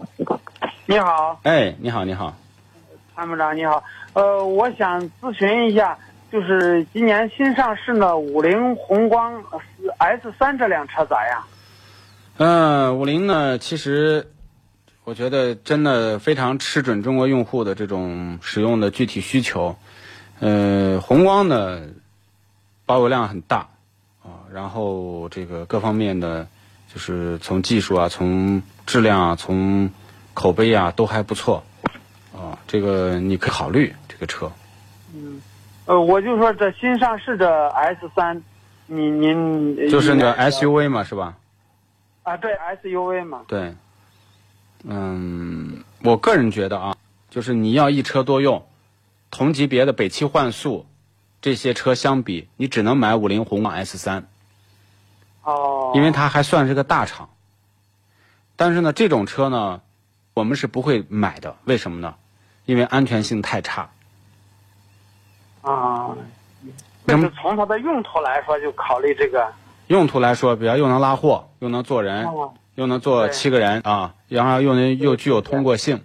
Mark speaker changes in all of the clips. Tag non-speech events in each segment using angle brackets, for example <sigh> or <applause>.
Speaker 1: 你好，
Speaker 2: 哎，你好，你好，
Speaker 1: 参谋长，你好。呃，我想咨询一下，就是今年新上市的五菱宏光呃 S 三这辆车啊咋样？
Speaker 2: 嗯，五菱呢，其实我觉得真的非常吃准中国用户的这种使用的具体需求。呃，宏光呢，保有量很大啊、然后这个各方面的，就是从技术啊，从质量啊，从口碑啊，都还不错啊、这个你可以考虑这个车。
Speaker 1: 呃，我就说这新上市的 S 三，你您呃
Speaker 2: 就是那个
Speaker 1: 你
Speaker 2: SUV 嘛，是吧？
Speaker 1: 啊，对 SUV 嘛，
Speaker 2: 对，嗯，我个人觉得啊，就是你要一车多用，同级别的北汽幻速这些车相比，你只能买五菱宏光 S 三，
Speaker 1: 哦，
Speaker 2: 因为它还算是个大厂。但是呢，这种车呢，我们是不会买的，为什么呢？因为安全性太差。
Speaker 1: 啊，就
Speaker 2: 那
Speaker 1: 是
Speaker 2: 么
Speaker 1: 从它的用途来说，就考虑这个。
Speaker 2: 用途来说，比较又能拉货，又能坐人，
Speaker 1: 哦，
Speaker 2: 又能坐
Speaker 1: 对
Speaker 2: 七个人啊，然后又能又具有通过性。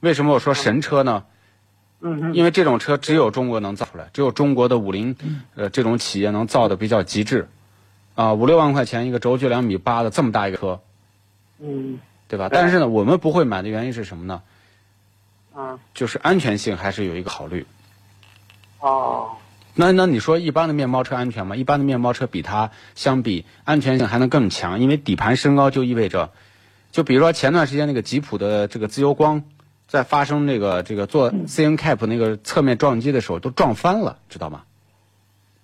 Speaker 2: 为什么我说神车呢？
Speaker 1: 嗯哼，
Speaker 2: 因为这种车只有中国能造出来，只有中国的五菱，呃，这种企业能造的比较极致，啊，五六万块钱一个轴距两米八的这么大一个车，
Speaker 1: 嗯
Speaker 2: 对吧？
Speaker 1: 对
Speaker 2: 但是呢，我们不会买的原因是什么呢？
Speaker 1: 嗯，
Speaker 2: 就是安全性还是有一个考虑。
Speaker 1: 哦，
Speaker 2: 那那你说一般的面包车安全吗？一般的面包车比它相比安全性还能更强，因为底盘升高就意味着，就比如说前段时间那个吉普的这个自由光，在发生这个这个做 CN Cap 那个侧面撞击的时候都撞翻了，知道吗？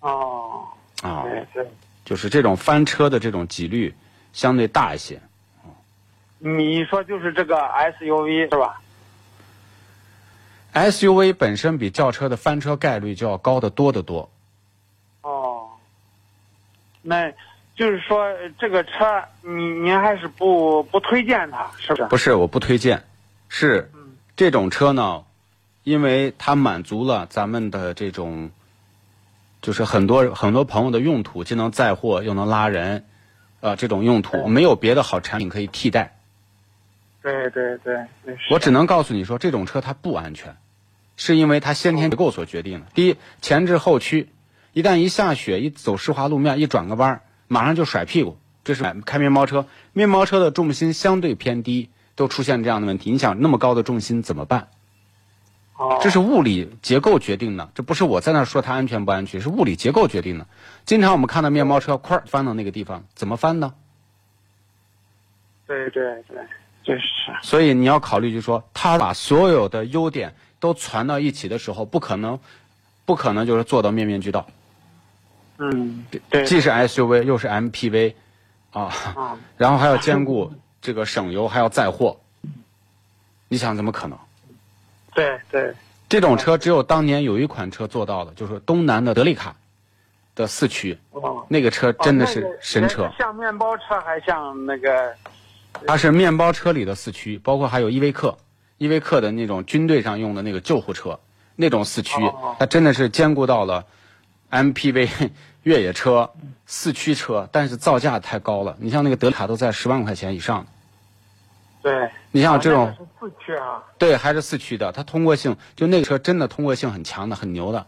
Speaker 1: 哦，
Speaker 2: 啊、
Speaker 1: 对对。
Speaker 2: 就是这种翻车的这种几率相对大一些。
Speaker 1: 你说就是这个 SUV 是吧？
Speaker 2: SUV 本身比轿车的翻车概率就要高得多得多。
Speaker 1: 哦，那就是说呃这个车，您您还是不不推荐它，是不是？
Speaker 2: 不是，我不推荐，是
Speaker 1: 嗯
Speaker 2: 这种车呢，因为它满足了咱们的这种，就是很多很多朋友的用途，既能载货又能拉人，啊、这种用途
Speaker 1: 对
Speaker 2: 没有别的好产品可以替代。
Speaker 1: 对对对，对是
Speaker 2: 我只能告诉你说，这种车它不安全，是因为它先天结构所决定的。第一，前置后驱，一旦一下雪，一走湿滑路面，一转个弯儿，马上就甩屁股。这是开面包车，面包车的重心相对偏低，都出现这样的问题。你想那么高的重心怎么办？
Speaker 1: 哦，
Speaker 2: 这是物理结构决定的，这不是我在那儿说它安全不安全，是物理结构决定的。经常我们看到面包车哐儿翻到那个地方，怎么翻呢？
Speaker 1: 对对对，这是
Speaker 2: 所以你要考虑，就是说，他把所有的优点都攒到一起的时候，不可能，不可能就是做到面面俱到，
Speaker 1: 嗯对
Speaker 2: 既是 SUV 又是 MPV，啊， <laughs>
Speaker 1: 啊
Speaker 2: 然后还要兼顾这个省油，还要载货，你想怎么可能？
Speaker 1: 对对
Speaker 2: 这种车只有当年有一款车做到的，就是东南的德利卡的四驱，
Speaker 1: 哦，
Speaker 2: 那个车真的
Speaker 1: 哦那
Speaker 2: 是
Speaker 1: 个
Speaker 2: 神车
Speaker 1: 人，像面包车还像那个
Speaker 2: 它是面包车里的四驱，包括还有依维柯，依维柯的那种军队上用的那个救护车，那种四驱
Speaker 1: 哦，
Speaker 2: 它真的是兼顾到了 MPV <laughs> 越野车、四驱车，但是造价太高了。你像那个德卡都在十万块钱以上，
Speaker 1: 对
Speaker 2: 你像这种
Speaker 1: 啊那个是四驱啊，
Speaker 2: 对还是四驱的，它通过性就那个车真的通过性很强的，很牛的，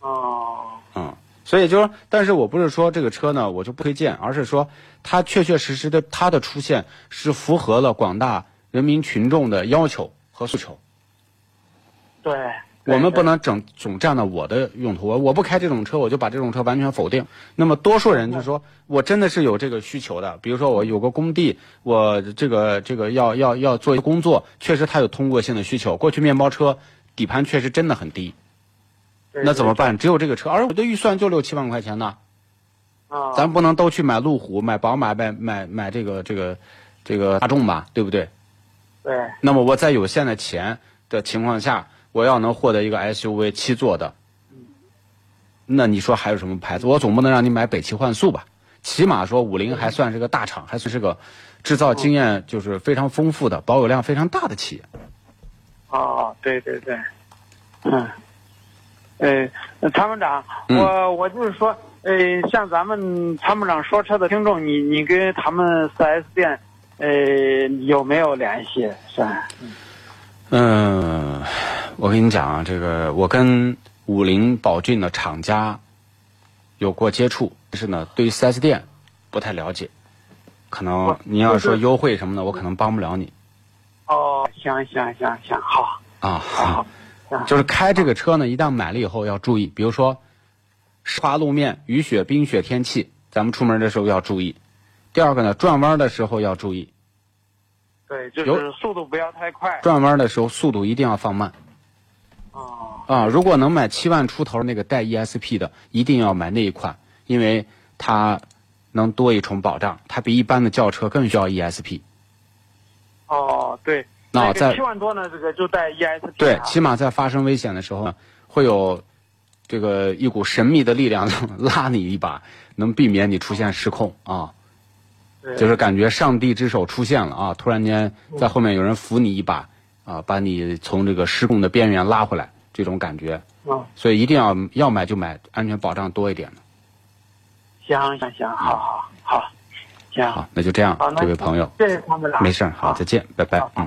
Speaker 1: 哦
Speaker 2: 嗯。所以就是，但是我不是说这个车呢我就不推荐，而是说它确确实实的它的出现是符合了广大人民群众的要求和诉求。
Speaker 1: 对，
Speaker 2: 我们
Speaker 1: 对
Speaker 2: 不能整总站到我的用途，我我不开这种车，我就把这种车完全否定。那么多数人就说，我真的是有这个需求的，比如说我有个工地，我这个这个要要要做工作，确实它有通过性的需求。过去面包车底盘确实真的很低，
Speaker 1: 对
Speaker 2: 那怎么？办？只有这个车，而我的预算就六七万块钱呢，
Speaker 1: 对啊，
Speaker 2: 咱不能都去买路虎、买宝马、买买买这个这个这个大众吧，对不对？
Speaker 1: 对
Speaker 2: 那么我在有限的钱的情况下，我要能获得一个 SUV 七座的，那你说还有什么牌子？我总不能让你买北汽幻速吧？起码说五菱还算是个大厂，还算是个制造经验就是非常丰富的、保有量非常大的企业。
Speaker 1: 哦，对对对，嗯，呃，那参谋长，
Speaker 2: 嗯
Speaker 1: 我我就是说，呃，像咱们参谋长说车的听众，你你跟他们四 S 店，呃，有没有联系？是吧？
Speaker 2: 嗯，我跟你讲啊，这个我跟五菱宝骏的厂家有过接触，但是呢，对于 4S 店不太了解，可能
Speaker 1: 我
Speaker 2: 您要
Speaker 1: 就是
Speaker 2: 说优惠什么的，我可能帮不了你
Speaker 1: 哦，行行行行，好，
Speaker 2: 啊。
Speaker 1: 好，
Speaker 2: 就是开这个车呢，一旦买了以后要注意，比如说湿滑路面、雨雪、冰雪天气，咱们出门的时候要注意。第二个呢，转弯的时候要注意，
Speaker 1: 对，就
Speaker 2: 有
Speaker 1: 是速度不要太快。
Speaker 2: 转弯的时候速度一定要放慢
Speaker 1: 哦，
Speaker 2: 啊！如果能买七万出头那个带 ESP 的，一定要买那一款，因为它能多一重保障，它比一般的轿车更需要 ESP。
Speaker 1: 哦，对，
Speaker 2: 那
Speaker 1: 这
Speaker 2: 在
Speaker 1: 个七万多呢，这个就带 ESP
Speaker 2: 对，
Speaker 1: 啊
Speaker 2: 起码在发生危险的时候呢，会有这个一股神秘的力量 <laughs> 拉你一把，能避免你出现失控啊。
Speaker 1: 对
Speaker 2: 就是感觉上帝之手出现了啊！突然间在后面有人扶你一把啊，把你从这个失控的边缘拉回来，这种感觉。
Speaker 1: 嗯，
Speaker 2: 所以一定要要买就买安全保障多一点的。
Speaker 1: 行行行，好好好，行，
Speaker 2: 好，那就这样
Speaker 1: 好，，那
Speaker 2: 这位朋友，
Speaker 1: 谢谢参谋长，
Speaker 2: 没事儿，好，再见，拜拜
Speaker 1: 好，
Speaker 2: 嗯。